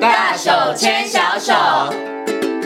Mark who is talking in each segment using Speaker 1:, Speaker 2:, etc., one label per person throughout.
Speaker 1: 大手牵小手。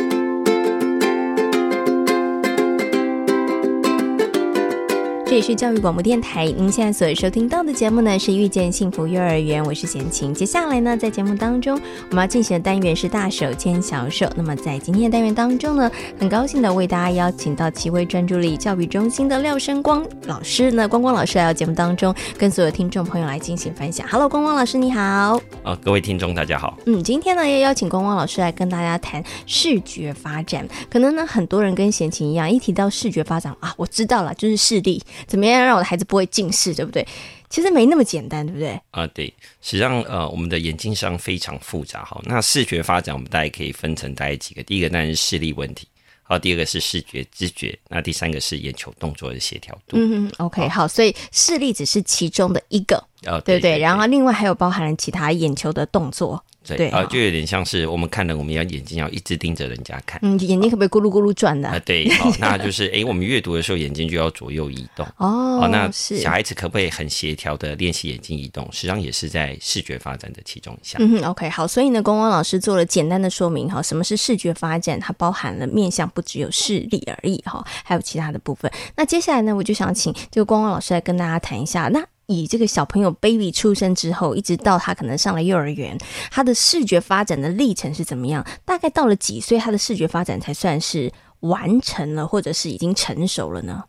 Speaker 2: 这里是教育广播电台，您现在所收听到的节目呢是《遇见幸福幼儿园》，我是贤琴。接下来呢，在节目当中，我们要进行的单元是“大手牵小手”。那么在今天的单元当中呢，很高兴的为大家邀请到奇威专注力教育中心的廖生光老师呢，光光老师来到节目当中，跟所有听众朋友来进行分享。Hello，光光老师你好。
Speaker 3: 啊、各位听众大家好。
Speaker 2: 嗯，今天呢要邀请光光老师来跟大家谈视觉发展。可能呢很多人跟贤琴一样，一提到视觉发展啊，我知道了，就是视力，怎么样让我的孩子不会近视，对不对？其实没那么简单，对不对？
Speaker 3: 啊、对，实际上呃，我们的眼睛上非常复杂哈。那视觉发展，我们大概可以分成大概几个，第一个当然是视力问题，还有第二个是视觉知觉，那第三个是眼球动作的协调度。
Speaker 2: 嗯哼，OK，好，所以视力只是其中的一个，
Speaker 3: 啊，
Speaker 2: 对不对？然后另外还有包含了其他眼球的动作，对
Speaker 3: 对，啊、
Speaker 2: 哈
Speaker 3: 就有点像是我们看人，我们要眼睛要一直盯着人家看。
Speaker 2: 嗯，眼睛可不可以咕噜咕噜转的
Speaker 3: 啊、？ 对，好、那就是诶，我们阅读的时候眼睛就要左右移动。
Speaker 2: 哦，
Speaker 3: 哦，那
Speaker 2: 是
Speaker 3: 小孩子可不可以很协调的练习眼睛移动？实际上也是在视觉发展的其中一项。
Speaker 2: 嗯哼，OK，好，所以呢，光光老师做了简单的说明哈，什么是视觉发展，它包含了面向不只有视力而已哈，还有其他的部分。那接下来呢，我就想请这个光光老师来跟大家谈一下，那以这个小朋友 baby 出生之后，一直到他可能上了幼儿园，他的视觉发展的历程是怎么样？大概到了几岁，他的视觉发展才算是完成了，或者是已经成熟了呢？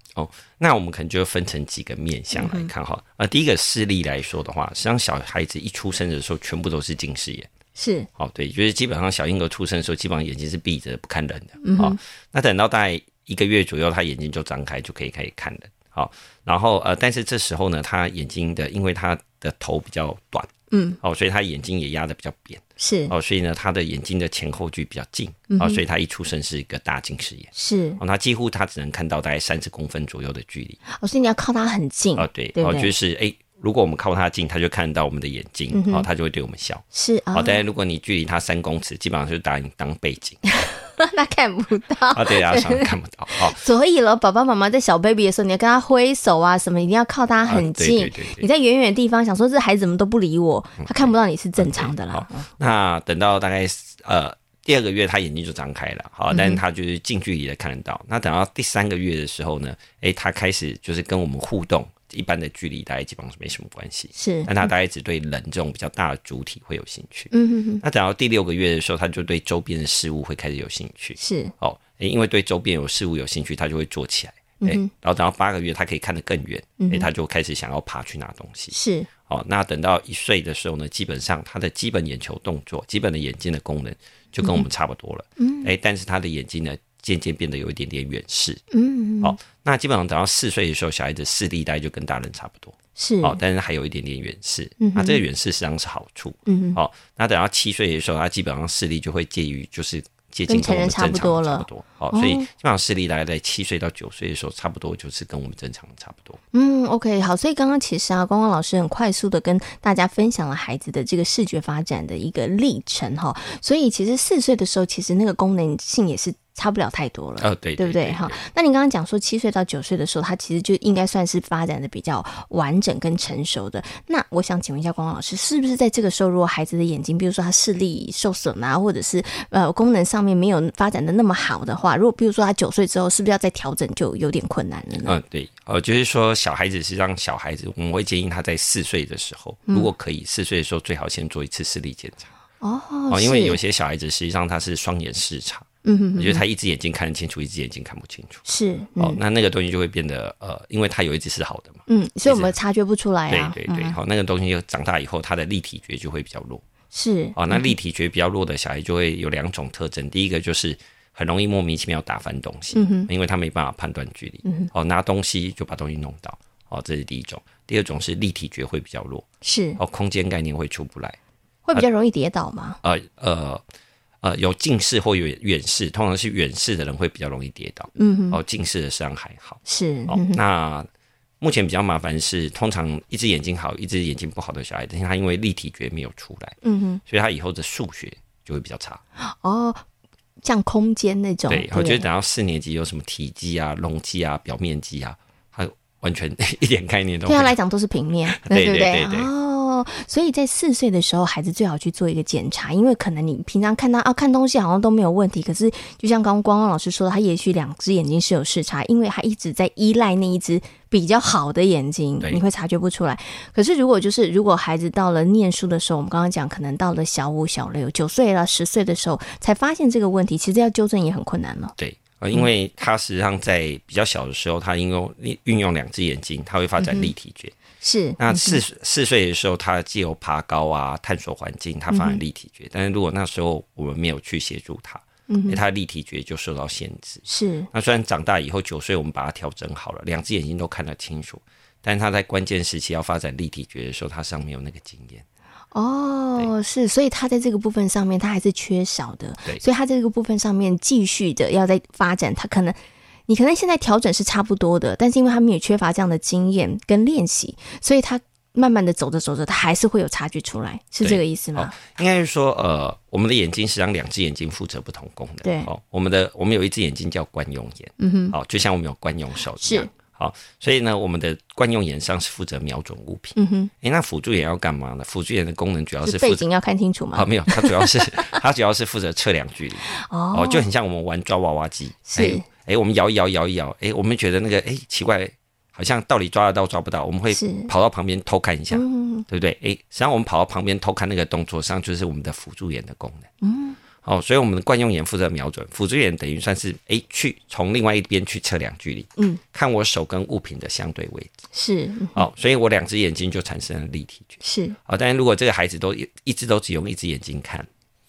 Speaker 3: 那我们可能就分成几个面向来看哈。呃，第一个视力来说的话，实际上小孩子一出生的时候，全部都是近视眼。
Speaker 2: 是，
Speaker 3: 哦，对，就是基本上小婴儿出生的时候，基本上眼睛是闭着的不看人的。哦，那等到大概一个月左右，他眼睛就张开，就可以开始看人。好、然后呃，但是这时候呢，他眼睛的，因为他的头比较短，
Speaker 2: 嗯，
Speaker 3: 哦，所以他眼睛也压得比较扁，
Speaker 2: 是，
Speaker 3: 哦，所以呢，他的眼睛的前后距比较近，哦，所以他一出生是一个大近视眼，
Speaker 2: 是，
Speaker 3: 哦，他几乎他只能看到大概三十公分左右的距离，
Speaker 2: 老师你要靠他很近，
Speaker 3: 哦，对，
Speaker 2: 对不
Speaker 3: 哦，
Speaker 2: 对
Speaker 3: 就是诶，如果我们靠它近，它就看得到我们的眼睛，哦，它就会对我们笑。
Speaker 2: 是啊，
Speaker 3: 哦，但是如果你距离它三公尺，基本上就把你当背景
Speaker 2: 他看不到。
Speaker 3: 啊，对啊，常常看不到。哦，
Speaker 2: 所以了，爸爸妈妈在小 baby 的时候，你要跟他挥手 啊，什么一定要靠他很近。
Speaker 3: 啊对对对对
Speaker 2: 你在远远的地方想说这孩子怎么都不理我，他看不到你是正常的啦。
Speaker 3: 那等到大概呃第二个月，它眼睛就张开了，
Speaker 2: 嗯
Speaker 3: 好、但是它就是近距离的看得到。那等到第三个月的时候呢，诶，它开始就是跟我们互动，一般的距离大概基本上是没什么关系。
Speaker 2: 是
Speaker 3: 但，它大概只对人这种比较大的主体会有兴趣。
Speaker 2: 嗯哼哼，
Speaker 3: 那等到第六个月的时候，它就对周边的事物会开始有兴趣。
Speaker 2: 是
Speaker 3: 哦，诶因为对周边有事物有兴趣，他就会坐起来。哎、
Speaker 2: 嗯
Speaker 3: 然后等到八个月，他可以看得更远，哎、他就开始想要爬去拿东西。
Speaker 2: 是，
Speaker 3: 哦，那等到一岁的时候呢，基本上他的基本眼球动作、基本的眼睛的功能就跟我们差不多了。嗯，哎，但是他的眼睛呢，渐渐变得有一点点远视。
Speaker 2: 嗯
Speaker 3: 哦，那基本上等到四岁的时候，小孩子视力大概就跟大人差不多。
Speaker 2: 是，
Speaker 3: 哦，但是还有一点点远视。那这个远视实际上是好处。
Speaker 2: 嗯
Speaker 3: 哦，那等到七岁的时候，他基本上视力就会介于就是接近
Speaker 2: 跟成
Speaker 3: 我们
Speaker 2: 人
Speaker 3: 正
Speaker 2: 差
Speaker 3: 常
Speaker 2: 不
Speaker 3: 的
Speaker 2: 多了
Speaker 3: 差不多。哦，所以基本上视力大概在七岁到九岁的时候，差不多就是跟我们正常的差不多。
Speaker 2: 嗯，OK，好，所以刚刚其实啊，光光老师很快速的跟大家分享了孩子的这个视觉发展的一个历程哈，所以其实四岁的时候，其实那个功能性也是差不了太多了。
Speaker 3: 哦，对，
Speaker 2: 对不对？哈，那你刚刚讲说七岁到九岁的时候，他其实就应该算是发展的比较完整跟成熟的。那我想请问一下光光老师，是不是在这个时候，如果孩子的眼睛，比如说他视力受损啊，或者是呃功能上面没有发展的那么好的话，如果比如说他九岁之后，是不是要再调整就有点困难了呢？
Speaker 3: 嗯，对，哦，就是说小孩子是让小孩子，我们会建议他在四岁的时候，
Speaker 2: 嗯
Speaker 3: 如果可以，四岁的时候最好先做一次视力检查
Speaker 2: 哦
Speaker 3: 哦，因为
Speaker 2: 是
Speaker 3: 有些小孩子实际上他是双眼视差，
Speaker 2: 嗯哼哼
Speaker 3: 就是他一只眼睛看得清楚，一只眼睛看不清楚。
Speaker 2: 是
Speaker 3: 哦
Speaker 2: 嗯，
Speaker 3: 那那个东西就会变得呃，因为他有一只是好的嘛，
Speaker 2: 嗯，所以我们察觉不出来啊，
Speaker 3: 对对对，
Speaker 2: 嗯
Speaker 3: 好、那个东西又长大以后，它的立体觉就会比较弱。
Speaker 2: 是嗯
Speaker 3: 哦，那立体觉比较弱的小孩就会有两种特征，第一个就是很容易莫名其妙打翻东西，因为他没办法判断距离，哦，拿东西就把东西弄倒，哦，这是第一种。第二种是立体觉会比较弱，
Speaker 2: 是
Speaker 3: 哦，啊空间概念会出不来，
Speaker 2: 会比较容易跌倒吗？
Speaker 3: 呃呃呃，有近视或远远视，通常是远视的人会比较容易跌倒，哦，近视的实际上还好。
Speaker 2: 嗯是嗯
Speaker 3: 哦，那目前比较麻烦是，通常一只眼睛好，一只眼睛不好的小孩，但是他因为立体觉没有出来，
Speaker 2: 嗯哼
Speaker 3: 所以他以后的数学就会比较差。
Speaker 2: 哦，像空间那种，
Speaker 3: 对，
Speaker 2: 不
Speaker 3: 我觉得等到四年级有什么体积啊、容积啊、表面积啊，他完全 一点概念都没
Speaker 2: 对他来
Speaker 3: 有。
Speaker 2: 讲都是平面，
Speaker 3: 对
Speaker 2: 不
Speaker 3: 对对对
Speaker 2: 哦哦，所以在四岁的时候，孩子最好去做一个检查，因为可能你平常看他啊看东西好像都没有问题，可是就像刚刚光光老师说的，他也许两只眼睛是有视差，因为他一直在依赖那一只比较好的眼睛，
Speaker 3: 对
Speaker 2: 你会察觉不出来。可是如果就是如果孩子到了念书的时候，我们刚刚讲可能到了小五、小六、九岁了、十岁的时候才发现这个问题，其实要纠正也很困难了。
Speaker 3: 对啊、呃因为他实际上在比较小的时候，他应用运运用两只眼睛，他会发展立体觉。
Speaker 2: 是，嗯
Speaker 3: 那四四岁的时候，他既有爬高啊、探索环境，他反而立体觉。但是如果那时候我们没有去协助他，嗯、他的立体觉就受到限制。
Speaker 2: 是，
Speaker 3: 那虽然长大以后九岁我们把它调整好了，两只眼睛都看得清楚，但是他在关键时期要发展立体觉的时候，他上面有那个经验。
Speaker 2: 哦，是，所以他在这个部分上面，他还是缺少的。
Speaker 3: 对
Speaker 2: 所以他在这个部分上面继续的要在发展，他可能。你可能现在调整是差不多的，但是因为他们也缺乏这样的经验跟练习，所以他慢慢的走着走着，他还是会有差距出来，是
Speaker 3: 对
Speaker 2: 这个意思吗？
Speaker 3: 应该是说，呃，我们的眼睛实际上两只眼睛负责不同功能。
Speaker 2: 对
Speaker 3: 哦，我们的我们有一只眼睛叫惯用眼，嗯哼，好、就像我们有惯用手一样
Speaker 2: 是。
Speaker 3: 好，所以呢，我们的惯用眼上是负责瞄准物品。
Speaker 2: 嗯哼，
Speaker 3: 诶，那辅助眼要干嘛呢？辅助眼的功能主要
Speaker 2: 就是背
Speaker 3: 负责
Speaker 2: 景要看清楚
Speaker 3: 啊，
Speaker 2: 嘛。
Speaker 3: 没有，它主要是 它主要是负责测量距离。哦，就很像我们玩抓娃娃机，
Speaker 2: 是
Speaker 3: 诶诶我们摇一摇，摇一摇，诶，我们觉得那个诶哎奇怪，好像到底抓得到抓不到，我们会
Speaker 2: 是
Speaker 3: 跑到旁边偷看一下，
Speaker 2: 嗯，
Speaker 3: 对不对？诶，实际上我们跑到旁边偷看那个动作，实际上就是我们的辅助眼的功能。嗯，哦，所以我们的惯用眼负责瞄准，辅助眼等于算是诶去从另外一边去测量距离，
Speaker 2: 嗯，
Speaker 3: 看我手跟物品的相对位置。
Speaker 2: 是嗯
Speaker 3: 哦，所以我两只眼睛就产生了立体觉。
Speaker 2: 是，
Speaker 3: 啊、但是如果这个孩子都一一直都只用一只眼睛看，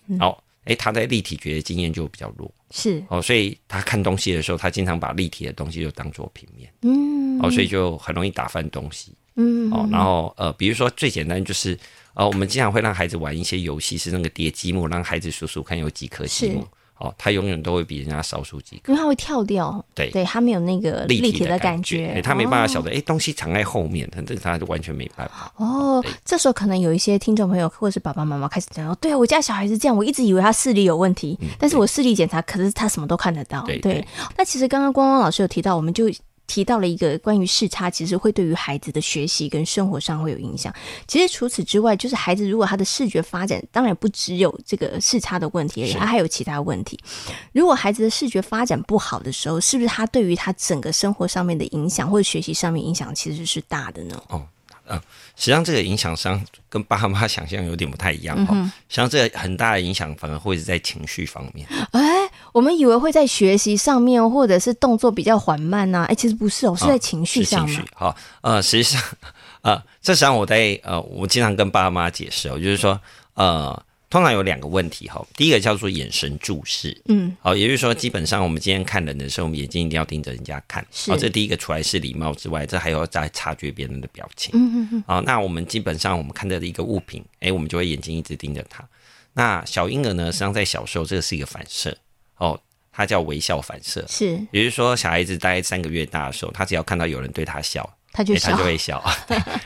Speaker 2: 嗯
Speaker 3: 哦，诶，他在立体觉的经验就比较弱
Speaker 2: 是，
Speaker 3: 哦，所以他看东西的时候，他经常把立体的东西就当做平面
Speaker 2: 嗯
Speaker 3: 哦，所以就很容易打翻东西
Speaker 2: 嗯，
Speaker 3: 哦。然后呃，比如说最简单就是呃，我们经常会让孩子玩一些游戏，是那个叠积木，让孩子数数看有几颗积木
Speaker 2: 是
Speaker 3: 哦，他永远都会比人家少数几颗。
Speaker 2: 因为他会跳掉，
Speaker 3: 对
Speaker 2: 对他没有那个立体的
Speaker 3: 感哎
Speaker 2: 感觉，哦
Speaker 3: 诶他没办法晓得，诶，东西藏在后面，但是他就完全没办法。
Speaker 2: 哦，这时候可能有一些听众朋友或者是爸爸妈妈开始讲说，对啊，我家小孩是这样，我一直以为他视力有问题，但是我视力检查，可是他什么都看得到。
Speaker 3: 嗯对对
Speaker 2: 那其实刚刚光光老师有提到，我们就。提到了一个关于视差，其实会对于孩子的学习跟生活上会有影响。其实除此之外，就是孩子如果他的视觉发展，当然不只有这个视差的问题而已，
Speaker 3: 是
Speaker 2: 他还有其他问题。如果孩子的视觉发展不好的时候，是不是他对于他整个生活上面的影响或者学习上面影响其实是大的呢？
Speaker 3: 实际上，这个影响上跟爸妈想象有点不太一样
Speaker 2: 嗯
Speaker 3: 哈、哦。实际上，这个很大的影响反而会是在情绪方面。
Speaker 2: 哎，我们以为会在学习上面，或者是动作比较缓慢呐、哎，其实不是哦，是在情绪
Speaker 3: 是情
Speaker 2: 上嘛
Speaker 3: 绪。好、呃，实际上，呃，这实际上我在呃，我经常跟爸妈解释哦，就是说，呃，通常有两个问题哈、第一个叫做眼神注视，
Speaker 2: 嗯，
Speaker 3: 好、也就是说，基本上我们今天看人的时候，我们眼睛一定要盯着人家看，
Speaker 2: 是
Speaker 3: 好这第一个除来是礼貌之外，这还要再察觉别人的表情，
Speaker 2: 嗯嗯嗯，
Speaker 3: 啊、那我们基本上我们看到的一个物品，哎，我们就会眼睛一直盯着它。那小婴儿呢，实际上在小时候这个是一个反射哦，它叫微笑反射。
Speaker 2: 是，
Speaker 3: 也就是说，小孩子大概三个月大的时候，他只要看到有人对他笑，
Speaker 2: 他就
Speaker 3: 诶
Speaker 2: 笑
Speaker 3: 他就 会笑。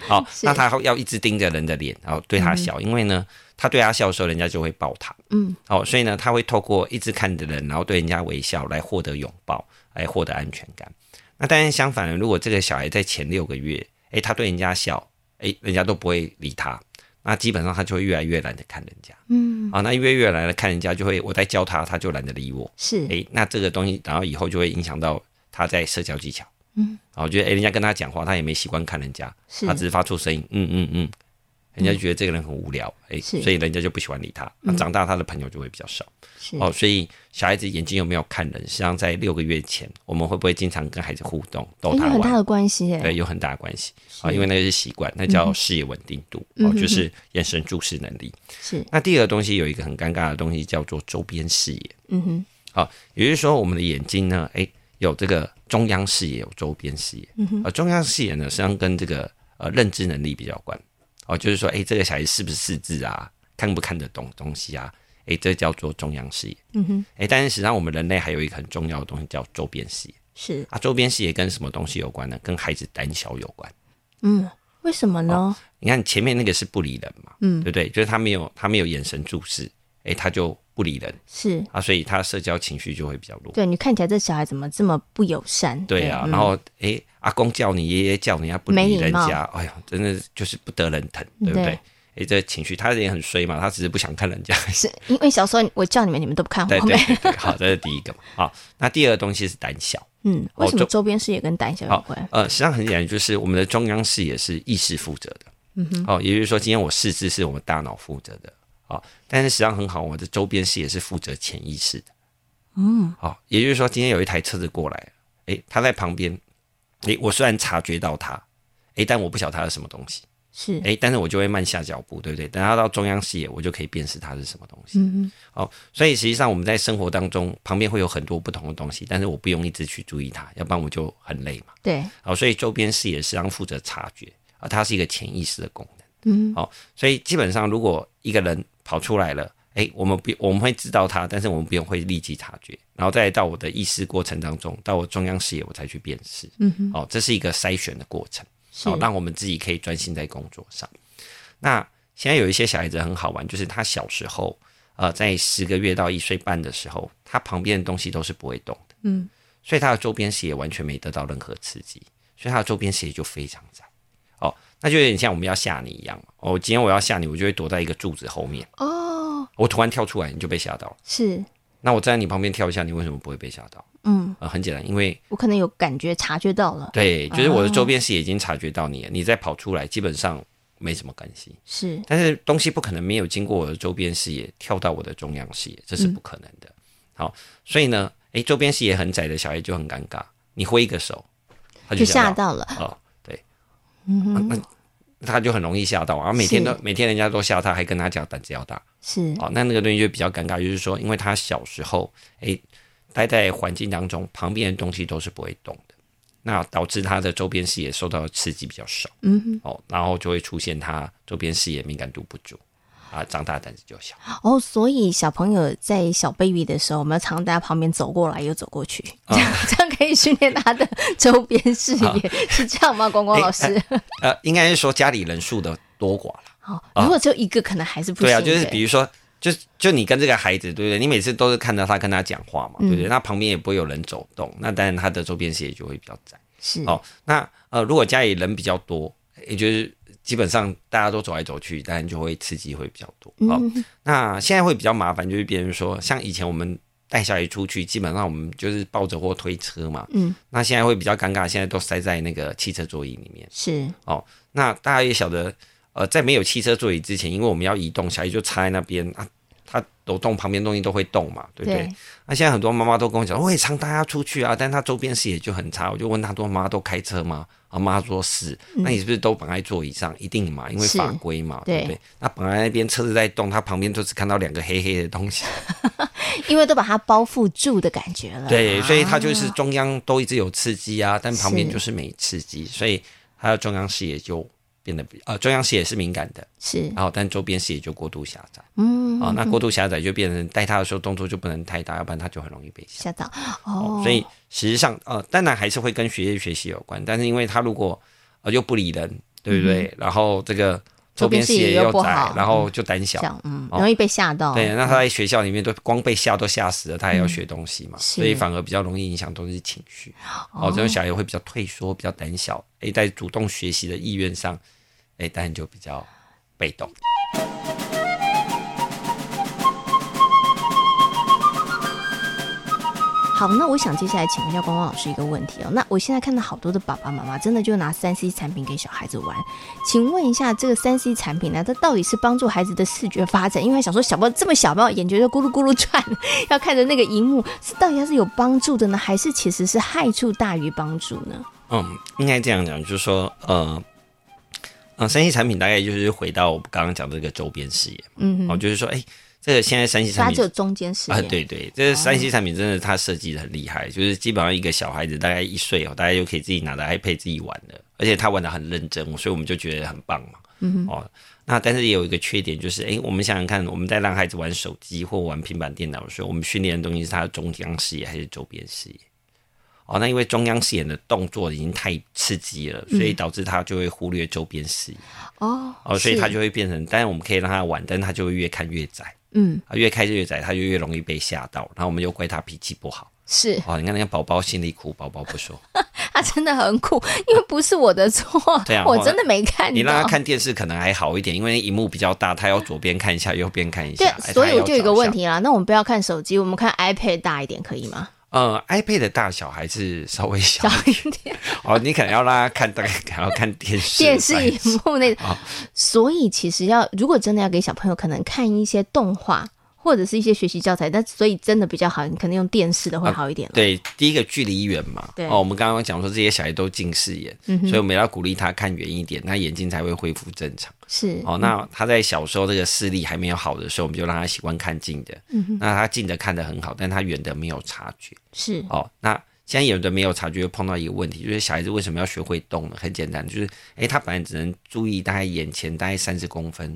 Speaker 3: 好、那他要一直盯着人的脸，然后对他笑，因为呢，他对他笑的时候，人家就会抱他。
Speaker 2: 嗯，
Speaker 3: 好、所以呢，他会透过一直看着人，然后对人家微笑来获得拥抱，来获得安全感。那当然相反的，如果这个小孩在前六个月，诶，他对人家笑，诶，人家都不会理他，那基本上他就会越来越懒得看人家。嗯，啊，那越越懒得看人家，就会我在教他，他就懒得理我。
Speaker 2: 是，
Speaker 3: 诶，那这个东西，然后以后就会影响到他在社交技巧。嗯，然后觉得诶，人家跟他讲话，他也没习惯看人家，
Speaker 2: 是
Speaker 3: 他只是发出声音，嗯嗯嗯，人家就觉得这个人很无聊，诶，
Speaker 2: 是嗯
Speaker 3: 所以人家就不喜欢理他。那长大他的朋友就会比较少。
Speaker 2: 是，
Speaker 3: 哦，所以小孩子眼睛有没有看人，实际上在六个月前，我们会不会经常跟孩子互动，
Speaker 2: 哎
Speaker 3: 逗
Speaker 2: 有
Speaker 3: 他
Speaker 2: 很大
Speaker 3: 玩？
Speaker 2: 的关系耶。嗯
Speaker 3: 对，有很大的关系啊、因为那个是习惯，那叫视野稳定度、哦，就是眼神注视能力。
Speaker 2: 是，
Speaker 3: 那第二个东西有一个很尴尬的东西叫做周边视野，
Speaker 2: 嗯哼，
Speaker 3: 好、也就是说我们的眼睛呢，诶，有这个中央视野，有周边视野。嗯而中央视野呢，实际上跟这个呃认知能力比较有关。哦，就是说，诶，这个小孩是不是识字啊？看不看得懂东西啊？诶，这叫做中央视野。
Speaker 2: 嗯哼，
Speaker 3: 诶，但是实际上我们人类还有一个很重要的东西叫周边视野
Speaker 2: 是，
Speaker 3: 啊。周边视野跟什么东西有关呢？跟孩子胆小有关。
Speaker 2: 嗯，为什么
Speaker 3: 哦
Speaker 2: 呢？
Speaker 3: 你看前面那个是不理人嘛，嗯，对不对？就是他没有他没有眼神注视，诶，他就不理人
Speaker 2: 是
Speaker 3: 啊，所以他社交情绪就会比较弱。
Speaker 2: 对你看起来这小孩怎么这么不友善？
Speaker 3: 对啊，
Speaker 2: 嗯
Speaker 3: 然后诶，阿公叫你，爷爷叫你，他不
Speaker 2: 没
Speaker 3: 理
Speaker 2: 礼
Speaker 3: 人
Speaker 2: 貌嗯
Speaker 3: 家，哎呀，真的就是不得人疼，对不
Speaker 2: 对
Speaker 3: 对？诶，这情绪他也很衰嘛，他只是不想看人家。
Speaker 2: 是因为小时候我叫你们，你们都不看
Speaker 3: 对
Speaker 2: 我
Speaker 3: 对
Speaker 2: 们。
Speaker 3: 对对，好，这是第一个嘛。好，那第二个东西是胆小。
Speaker 2: 嗯，为什
Speaker 3: 哦
Speaker 2: 么
Speaker 3: 就
Speaker 2: 周边视野跟胆小有
Speaker 3: 好
Speaker 2: 关？
Speaker 3: 呃，实际上很简单，就是我们的中央视野是意识负责的。嗯哼。哦，也就是说，今天我四肢是我们大脑负责的。哦，但是实际上很好，我的周边视野是负责潜意识的。嗯。哦，也就是说，今天有一台车子过来，诶，它在旁边，诶，我虽然察觉到它，诶，但我不晓得它是什么东西，
Speaker 2: 是
Speaker 3: 诶，但是我就会慢下脚步，对不对？等它到中央视野，我就可以辨识它是什么东西。
Speaker 2: 嗯哼，
Speaker 3: 哦，所以实际上我们在生活当中，旁边会有很多不同的东西，但是我不用一直去注意它，要不然我就很累嘛。
Speaker 2: 对，
Speaker 3: 好，所以周边视野实际上负责察觉啊，它是一个潜意识的功能。嗯，好、所以基本上如果一个人跑出来了，诶，我们不我们会知道他，但是我们不用会立即察觉，然后再到我的意识过程当中，到我中央视野我才去辨识。嗯哼，哦，这是一个筛选的过程，
Speaker 2: 是
Speaker 3: 好、让我们自己可以专心在工作上。那现在有一些小孩子很好玩，就是他小时候，呃，在十个月到一岁半的时候，他旁边的东西都是不会动的，
Speaker 2: 嗯，
Speaker 3: 所以他的周边视野完全没得到任何刺激，所以他的周边视野就非常窄。哦，那就有点像我们要吓你一样嘛。哦，今天我要吓你，我就会躲在一个柱子后面，
Speaker 2: 哦，
Speaker 3: 我突然跳出来，你就被吓到了。
Speaker 2: 是，
Speaker 3: 那我站在你旁边跳一下，你为什么不会被吓到？
Speaker 2: 嗯，
Speaker 3: 呃，很简单，因为
Speaker 2: 我可能有感觉察觉到了，
Speaker 3: 对，就是我的周边视野已经察觉到你了，你再跑出来，基本上没什么关系。
Speaker 2: 是
Speaker 3: 但是东西不可能没有经过我的周边视野跳到我的中央视野，这
Speaker 2: 嗯
Speaker 3: 是不可能的。好，所以呢，诶，周边视野很窄的小孩就很尴尬，你挥一个手，他
Speaker 2: 就
Speaker 3: 就
Speaker 2: 吓
Speaker 3: 吓
Speaker 2: 到了，
Speaker 3: 哦，对，嗯、那他就很容易吓到啊，每天都
Speaker 2: 是
Speaker 3: 每天人家都吓他，还跟他讲胆子要大，
Speaker 2: 是
Speaker 3: 哦，那那个东西就比较尴尬，就是说，因为他小时候诶待在环境当中，旁边的东西都是不会动的，那导致他的周边视野受到的刺激比较少。
Speaker 2: 嗯哼。
Speaker 3: 哦，然后就会出现他周边视野敏感度不足啊，长大胆子就小。
Speaker 2: 哦，所以小朋友在小 baby 的时候，我们要常在他旁边走过来又走过去，这
Speaker 3: 啊
Speaker 2: 样这样可以训练他 的周边视野， 是这样吗？光
Speaker 3: 哎
Speaker 2: 光老师，
Speaker 3: 呃，应该是说家里人数的多寡啦。
Speaker 2: 好，如果只有一个，可能还是不行
Speaker 3: 啊对
Speaker 2: 的。
Speaker 3: 啊，就是比如说，就就你跟这个孩子，对不对？你每次都是看到他跟他讲话嘛，对
Speaker 2: 嗯
Speaker 3: 不对？那旁边也不会有人走动，那当然他的周边视野就会比较窄。
Speaker 2: 是
Speaker 3: 哦，那呃，如果家里人比较多，也就是基本上大家都走来走去，当然就会刺激会比较
Speaker 2: 嗯
Speaker 3: 多。哦，那现在会比较麻烦，就是别人说，像以前我们带小孩出去，基本上我们就是抱着或推车嘛。
Speaker 2: 嗯，
Speaker 3: 那现在会比较尴尬，现在都塞在那个汽车座椅里面。
Speaker 2: 是
Speaker 3: 哦，那大家也晓得，呃，在没有汽车座椅之前，因为我们要移动，小孩就插在那边啊，他抖动，旁边东西都会动嘛，对不对？
Speaker 2: 对
Speaker 3: 那现在很多妈妈都跟我讲，我也常带她出去啊，但她周边视野就很差。我就问她说：“妈都开车吗？”啊，妈说是。那你是不是都绑在座椅上？一定嘛，因为
Speaker 2: 是
Speaker 3: 法规嘛，
Speaker 2: 嗯对
Speaker 3: 对不对？那绑在那边，车子在动，她旁边就只看到两个黑黑的东 西，
Speaker 2: 因为都把它包覆住的感觉了。
Speaker 3: 对，所以她就
Speaker 2: 啊
Speaker 3: 是中央都一直有刺激啊，但旁边
Speaker 2: 是
Speaker 3: 就是没刺激，所以她的中央视野就变得比呃，中央视野是敏感的，
Speaker 2: 是
Speaker 3: 然后但周边视野就过度狭窄。
Speaker 2: 嗯
Speaker 3: 啊、那过度狭窄就变成带他的时候动作就不能太大，要不然他就很容易被吓。
Speaker 2: 吓到哦，
Speaker 3: 哦所以实际上呃，当然还是会跟学业学习有关，但是因为他如果呃又不理人，对不对？然后这个
Speaker 2: 嗯周
Speaker 3: 周
Speaker 2: 边
Speaker 3: 边
Speaker 2: 视
Speaker 3: 视
Speaker 2: 野
Speaker 3: 野
Speaker 2: 又
Speaker 3: 又
Speaker 2: 不
Speaker 3: 窄
Speaker 2: 好，
Speaker 3: 然后就胆小
Speaker 2: 这。样嗯，
Speaker 3: 哦
Speaker 2: 容易被吓到。
Speaker 3: 对，那他在学校里面都光被吓都吓死了，他还要学东西嘛，
Speaker 2: 嗯是
Speaker 3: 所以反而比较容易影响都是情绪。哦，这种小孩会比较退缩，比较胆小，诶，在主动学习的意愿上，诶，当然就比较被动。
Speaker 2: 好，那我想接下来请问一下光光老师一个问题哦。那我现在看到好多的爸爸妈妈真的就拿三 C 产品给小孩子玩，请问一下这个三 C 产品呢，它到底是帮助孩子的视觉发展？因为想说小朋友这么小，朋友眼球就咕噜咕噜转， 要看着那个荧幕，是到底它是有帮助的呢，还是其实是害处大于帮助呢？
Speaker 3: 嗯，应该这样讲，就是说，呃，呃，三 C 产品大概就是回到我刚刚讲的这个周边视野嘛，
Speaker 2: 嗯
Speaker 3: 哦，
Speaker 2: 哼，
Speaker 3: 就是说，哎、这个现在三 C
Speaker 2: 它
Speaker 3: 产
Speaker 2: 只有
Speaker 3: 品
Speaker 2: 中间视野，
Speaker 3: 啊，，对对，这个三 C 产品真的它设计的很厉害，就是基本上一个小孩子大概一岁哦，大家就可以自己拿着 iPad 自己玩了，而且他玩的很认真，所以我们就觉得很棒嘛，嗯哦。那但是也有一个缺点，就是哎、我们想想看，我们在让孩子玩手机或玩平板电脑的时候，我们训练的东西是他的中央视野还是周边视野？哦，那因为中央视野的动作已经太刺激了，所以导致他就会忽略周边视野。
Speaker 2: 哦，
Speaker 3: 哦，所以
Speaker 2: 是
Speaker 3: 他就会变成，当然我们可以让他玩，但他就会越看越窄。
Speaker 2: 嗯，
Speaker 3: 啊，越开越窄，他就越容易被吓到。然后我们又怪他脾气不好。
Speaker 2: 是
Speaker 3: 哦，你看那个宝宝心里苦，宝宝不说。
Speaker 2: 他真的很酷，因为不是我的错，
Speaker 3: 对啊
Speaker 2: 我真的没看到。
Speaker 3: 你让他看电视可能还好一点，因为荧幕比较大，他要左边看一下，右边看一
Speaker 2: 对
Speaker 3: 下。，哎
Speaker 2: 所以我就有一个问。
Speaker 3: 他还要找一下
Speaker 2: 题啦，那我们不要看手机，我们看 iPad 大一点可以 吗？
Speaker 3: 呃，iPad 的大小还是稍微小
Speaker 2: 小一点，
Speaker 3: 哦，你可能要让他看大概，然后看电视。
Speaker 2: 电视荧幕那
Speaker 3: 哎好
Speaker 2: 所以其实要如果真的要给小朋友，可能看一些动画或者是一些学习教材，但所以真的比较好，你可能用电视的
Speaker 3: 啊
Speaker 2: 会好一点了。
Speaker 3: 对，第一个距离远嘛。
Speaker 2: 对嗯
Speaker 3: 哦，我们刚刚讲说这些小孩都近视眼，所以我们要鼓励他看远一点，那眼睛才会恢复正常。
Speaker 2: 是，
Speaker 3: 哦，那他在小时候这个视力还没有好的时候，我们就让他习惯看近的。嗯、那他近的看得很好，但他远的没有察觉。
Speaker 2: 是，
Speaker 3: 哦，那现在有的没有察觉，碰到一个问题，就是小孩子为什么要学会动呢？很简单，就是诶，他本来只能注意大概眼前大概三十公分，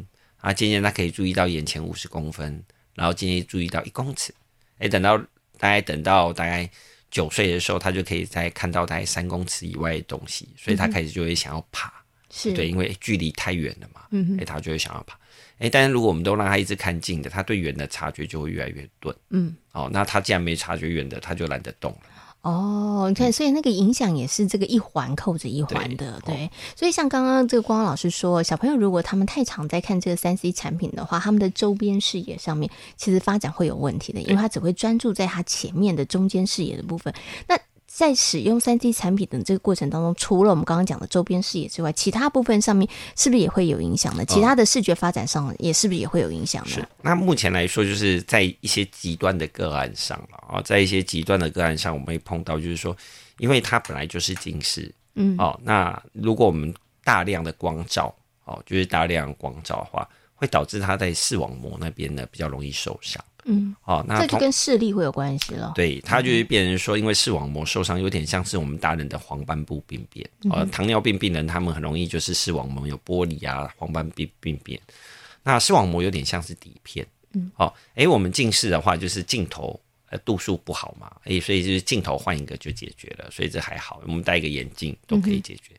Speaker 3: 然后渐渐他可以注意到眼前五十公分，然后渐渐注意到一公尺。诶，等到大概等到大概九岁的时候，他就可以再看到大概三公尺以外的东西，所以他开始就会想要爬。
Speaker 2: 是，
Speaker 3: 对，因为距离太远了嘛，嗯，哎，他就会想要爬。哎，但是如果我们都让他一直看近的，他对远的察觉就会越来越钝，嗯，哦，那他既然没察觉远的，他就懒得动了。
Speaker 2: 哦，你
Speaker 3: 嗯
Speaker 2: 看，所以那个影响也是这个一环扣着一环的，对。
Speaker 3: 哦
Speaker 2: 所以像刚刚这个光老师说，小朋友如果他们太常在看这个三 C 产品的话，他们的周边视野上面其实发展会有问题的，因为他只会专注在他前面的中间视野的部分。那在使用三 C 产品的这个过程当中，除了我们刚刚讲的周边视野之外，其他部分上面是不是也会有影响
Speaker 3: 哦
Speaker 2: 呢？其他的视觉发展上也是不是也会有影响呢？
Speaker 3: 那目前来说，就是在一些极端的个案上了啊、哦，在一些极端的个案上，我们会碰到，就是说，因为它本来就是近视，嗯，哦，那如果我们大量的光照，哦，就是大量光照的话，会导致它在视网膜那边呢比较容易受伤，嗯，哦，那
Speaker 2: 这就
Speaker 3: 同
Speaker 2: 跟视力会有关系了。
Speaker 3: 对，它就会变成说，因为视网膜受伤，有点像是我们大人的黄斑部病变。呃，糖尿病病人他们很容易就是视网膜有剥离啊，黄斑病病变。那视网膜有点像是底片。嗯，哦，诶，我们近视的话，就是镜头呃度数不好嘛，诶，所以就是镜头换一个就解决了，所以这还好，我们戴一个眼镜都可以解决。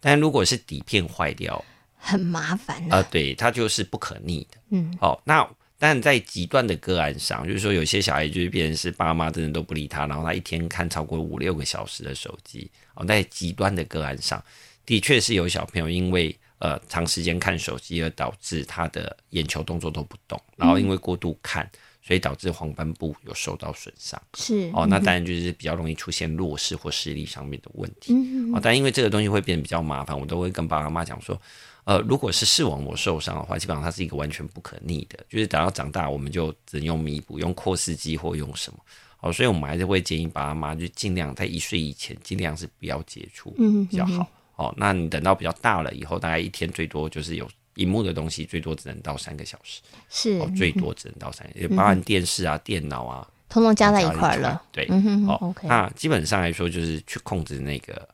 Speaker 3: 但如果是底片坏掉，
Speaker 2: 很麻烦
Speaker 3: 啊、
Speaker 2: 啊，
Speaker 3: 对，它就是不可逆的。
Speaker 2: 嗯，
Speaker 3: 好、那但在极端的个案上，就是说有些小孩就是变成是爸妈真的都不理他，然后他一天看超过五六个小时的手机。哦，在极端的个案上，的确是有小朋友因为呃长时间看手机而导致他的眼球动作都不动，然后因为过度看，所以导致黄斑部有受到损伤。
Speaker 2: 是嗯
Speaker 3: 哦，那当然就是比较容易出现弱视或视力上面的问题。
Speaker 2: 嗯
Speaker 3: 哦，但因为这个东西会变得比较麻烦，我都会跟爸爸妈妈讲说，呃，如果是视网膜受伤的话，基本上它是一个完全不可逆的，就是等到长大我们就只能用弥补，用扩视机或用什么。哦，所以我们还是会建议爸爸妈妈就尽量在一岁以前，尽量是不要接触，
Speaker 2: 嗯
Speaker 3: 比较好。哦，那你等到比较大了以后，大概一天最多就是有荧幕的东西，最多只能到三个小时，
Speaker 2: 是，
Speaker 3: 哦，最多只能到三个，也包含电视啊、电脑啊，
Speaker 2: 通通嗯加在一块儿了。。
Speaker 3: 对，
Speaker 2: 嗯哼
Speaker 3: 哦
Speaker 2: 哼，OK，
Speaker 3: 那基本上来说就是去控制那个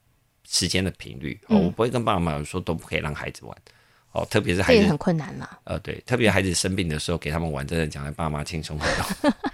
Speaker 3: 时间的频率。
Speaker 2: 嗯
Speaker 3: 哦，我不会跟爸爸妈妈说都不可以让孩子玩。哦，特别是
Speaker 2: 这
Speaker 3: 孩
Speaker 2: 也很
Speaker 3: 子，
Speaker 2: 困难啦。
Speaker 3: 呃，对，特别孩子生病的时候给他们玩，真的讲让爸妈轻松很多。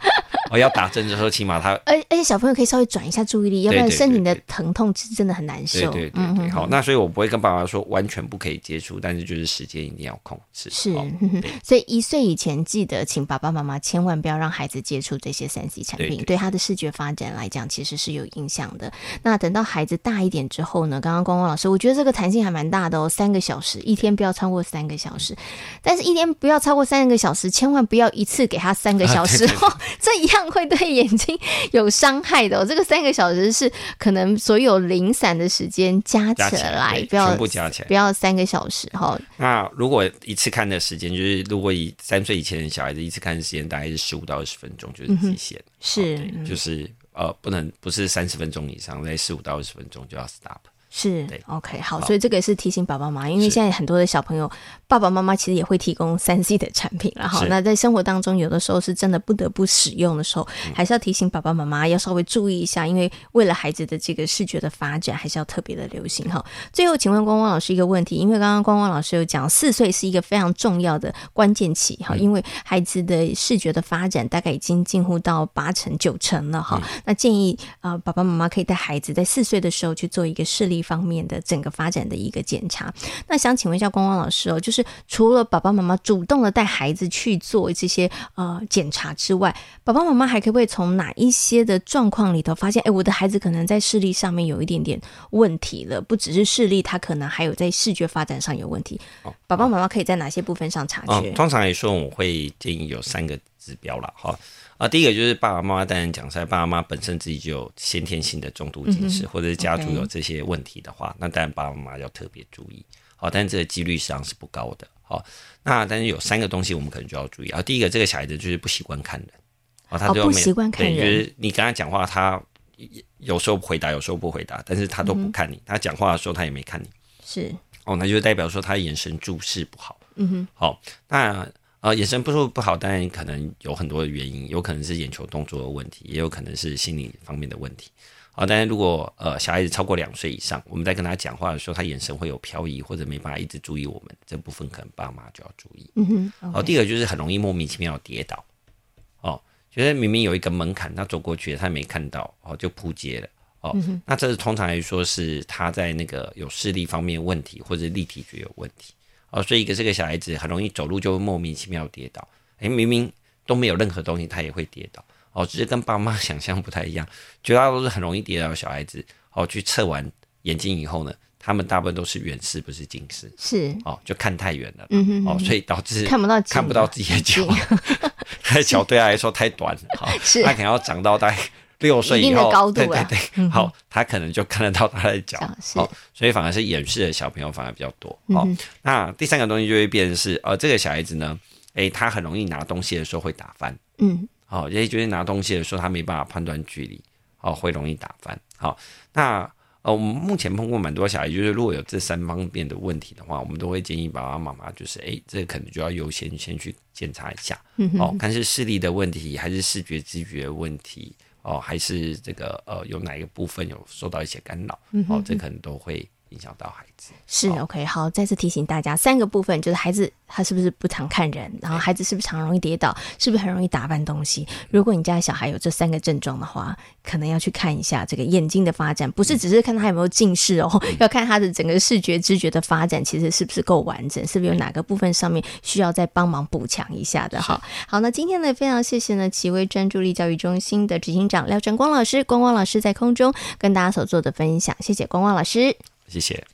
Speaker 3: 哦，要打针的时候，起码他。
Speaker 2: 而而且小朋友可以稍微转一下注意力，要不然
Speaker 3: 对对
Speaker 2: 身体的
Speaker 3: 对对
Speaker 2: 疼痛是哦真的很难
Speaker 3: 对
Speaker 2: 受。嗯
Speaker 3: 对对对，好，那所以我不会跟爸爸说完全不可以接触，但是就是时间一定要控制。
Speaker 2: 是嗯
Speaker 3: 哦
Speaker 2: 所以一岁以前记得，请爸爸妈妈千万不要让孩子接触这些三 C 产品，
Speaker 3: 对对
Speaker 2: 他的视觉发展来讲其实是有影响的。那等到孩子大一点之后呢，刚刚光光老师，我觉得这个弹性还蛮大的哦，三个小时一天不要超过三个小
Speaker 3: 嗯
Speaker 2: 时，但是一天不要超过三个小时，千万不要一次给他三个小
Speaker 3: 啊
Speaker 2: 时、哦， 这一样会对眼睛有伤害的、哦。这个三个小时是可能所有零散的时间加
Speaker 3: 加
Speaker 2: 起
Speaker 3: 起来
Speaker 2: 来
Speaker 3: 对，
Speaker 2: 不要
Speaker 3: 全部加起来
Speaker 2: 不要三个小时哈、哦。
Speaker 3: 那如果一次看的时间，就是如果以三岁以前的小孩子一次看的时间，大概是十五到二十分钟
Speaker 2: 嗯
Speaker 3: 就是极限。
Speaker 2: 是
Speaker 3: 对
Speaker 2: 嗯
Speaker 3: 就是呃，不能不是三十分钟以上，在十五到二十分钟就要 stop。
Speaker 2: 是
Speaker 3: 对
Speaker 2: ，OK，好，
Speaker 3: 好
Speaker 2: 所以这个也是提醒爸爸妈妈，因为
Speaker 3: 是
Speaker 2: 现在很多的小朋友，爸爸妈妈其实也会提供三 C 的产品了哈。
Speaker 3: 是
Speaker 2: 那在生活当中，有的时候是真的不得不使用的时候，还是要提醒爸爸妈妈要稍微注意一下，因为为了孩子的这个视觉的发展，还是要特别的留心哈。最后，请问光光老师一个问题，因为刚刚光光老师有讲，四岁是一个非常重要的关键期哈，因为孩子的视觉的发展大概已经近乎到八成九成了哈。那建议啊、呃爸爸妈妈可以带孩子在四岁的时候去做一个视力力方面的整个发展的一个检查。那想请问一下光光老师哦，就是除了爸爸妈妈主动的带孩子去做这些呃检查之外，爸爸妈妈还可不可以从哪一些的状况里头发现，哎，我的孩子可能在视力上面有一点点问题了，不只是视力，他可能还有在视觉发展上有问题。爸爸妈妈可以在哪些部分上察
Speaker 3: 哦
Speaker 2: 觉？，
Speaker 3: 通常来说，我会建议有三个指标啦。哈、啊，第一个就是爸爸妈妈，当然讲出来，爸爸妈妈本身自己就有先天性的重度近视，或者是家族
Speaker 2: 嗯 OK
Speaker 3: 有这些问题的话，那当然爸爸妈妈要特别注意。好、但这个几率实际上是不高的。好、那但是有三个东西我们可能就要注意啊。第一个，这个小孩子就是不习惯看人，哦，他
Speaker 2: 哦
Speaker 3: 就没有、
Speaker 2: 不习惯看
Speaker 3: 对就
Speaker 2: 人
Speaker 3: 是你跟他讲话，他有时候回答，有时候不回答，但是他都
Speaker 2: 嗯
Speaker 3: 不看你，他讲话的时候他也没看你。
Speaker 2: 是
Speaker 3: 哦，那就代表说他眼神注视不好。嗯哼，好、那呃，眼神不不好，当然可能有很多的原因，有可能是眼球动作的问题，也有可能是心理方面的问题。好、当然如果呃小孩子超过两岁以上，我们在跟他讲话的时候，他眼神会有漂移或者没办法一直注意我们，这部分可能爸妈就要注意。
Speaker 2: 嗯
Speaker 3: 好、
Speaker 2: 哼
Speaker 3: 哦第二个就是很容易莫名其妙地跌倒，哦，觉得明明有一个门槛，他走过去了他没看到，哦，就扑街了。哦，那这是通常来说是他在那个有视力方面问题或者立体觉有问题哦，所以一个这个小孩子很容易走路就莫名其妙跌倒，诶，明明都没有任何东西，他也会跌倒哦，只是跟爸妈想象不太一样，绝大多数很容易跌倒的小孩子哦，去测完眼睛以后呢，他们大部分都是远视不是近视
Speaker 2: 是，
Speaker 3: 哦，就看太远了啦
Speaker 2: 嗯哼
Speaker 3: 哦，所以导致
Speaker 2: 看不到景
Speaker 3: 看不到自己的脚， 他的脚对他来说太短了，好，
Speaker 2: 是
Speaker 3: 他可能要长到大概六岁
Speaker 2: 一定
Speaker 3: 以
Speaker 2: 的
Speaker 3: 后，
Speaker 2: 高度
Speaker 3: 对对
Speaker 2: 了
Speaker 3: 对，好，他可能就看得到他的脚
Speaker 2: 脚，是嗯
Speaker 3: 哦，所以反而是远视的小朋友反而比较多，哦，那第三个东西就会变成是，呃，这个小孩子呢，诶，他很容易拿东西的时候会打翻，
Speaker 2: 嗯，
Speaker 3: 哦，也就是拿东西的时候，他没办法判断距离，哦，会容易打翻。好、那呃，我们目前碰过蛮多小孩，就是如果有这三方面的问题的话，我们都会建议爸爸妈妈就是，哎，这个可能就要优先先去检查一下，哦，看是视力的问题，还是视觉知觉的问题，哦，还是这个呃有哪一个部分有受到一些干扰，哦，这可能都会影响到孩子。
Speaker 2: 是 OK，好，再次提醒大家，三个部分就是孩子他是不是不常看人，然后孩子是不是常容易跌倒，是不是很容易打翻东西。如果你家的小孩有这三个症状的话，可能要去看一下这个眼睛的发展，不是只是看他有没有近视哦， 要看他的整个视觉、知觉的发展，其实是不是够完整，是不是有哪个部分上面需要再帮忙补强一下的哈。好，那今天呢，非常谢谢呢奇威专注力教育中心的执行长廖晨光老师，光光老师在空中跟大家所做的分享，谢谢光光老师。
Speaker 3: 谢谢。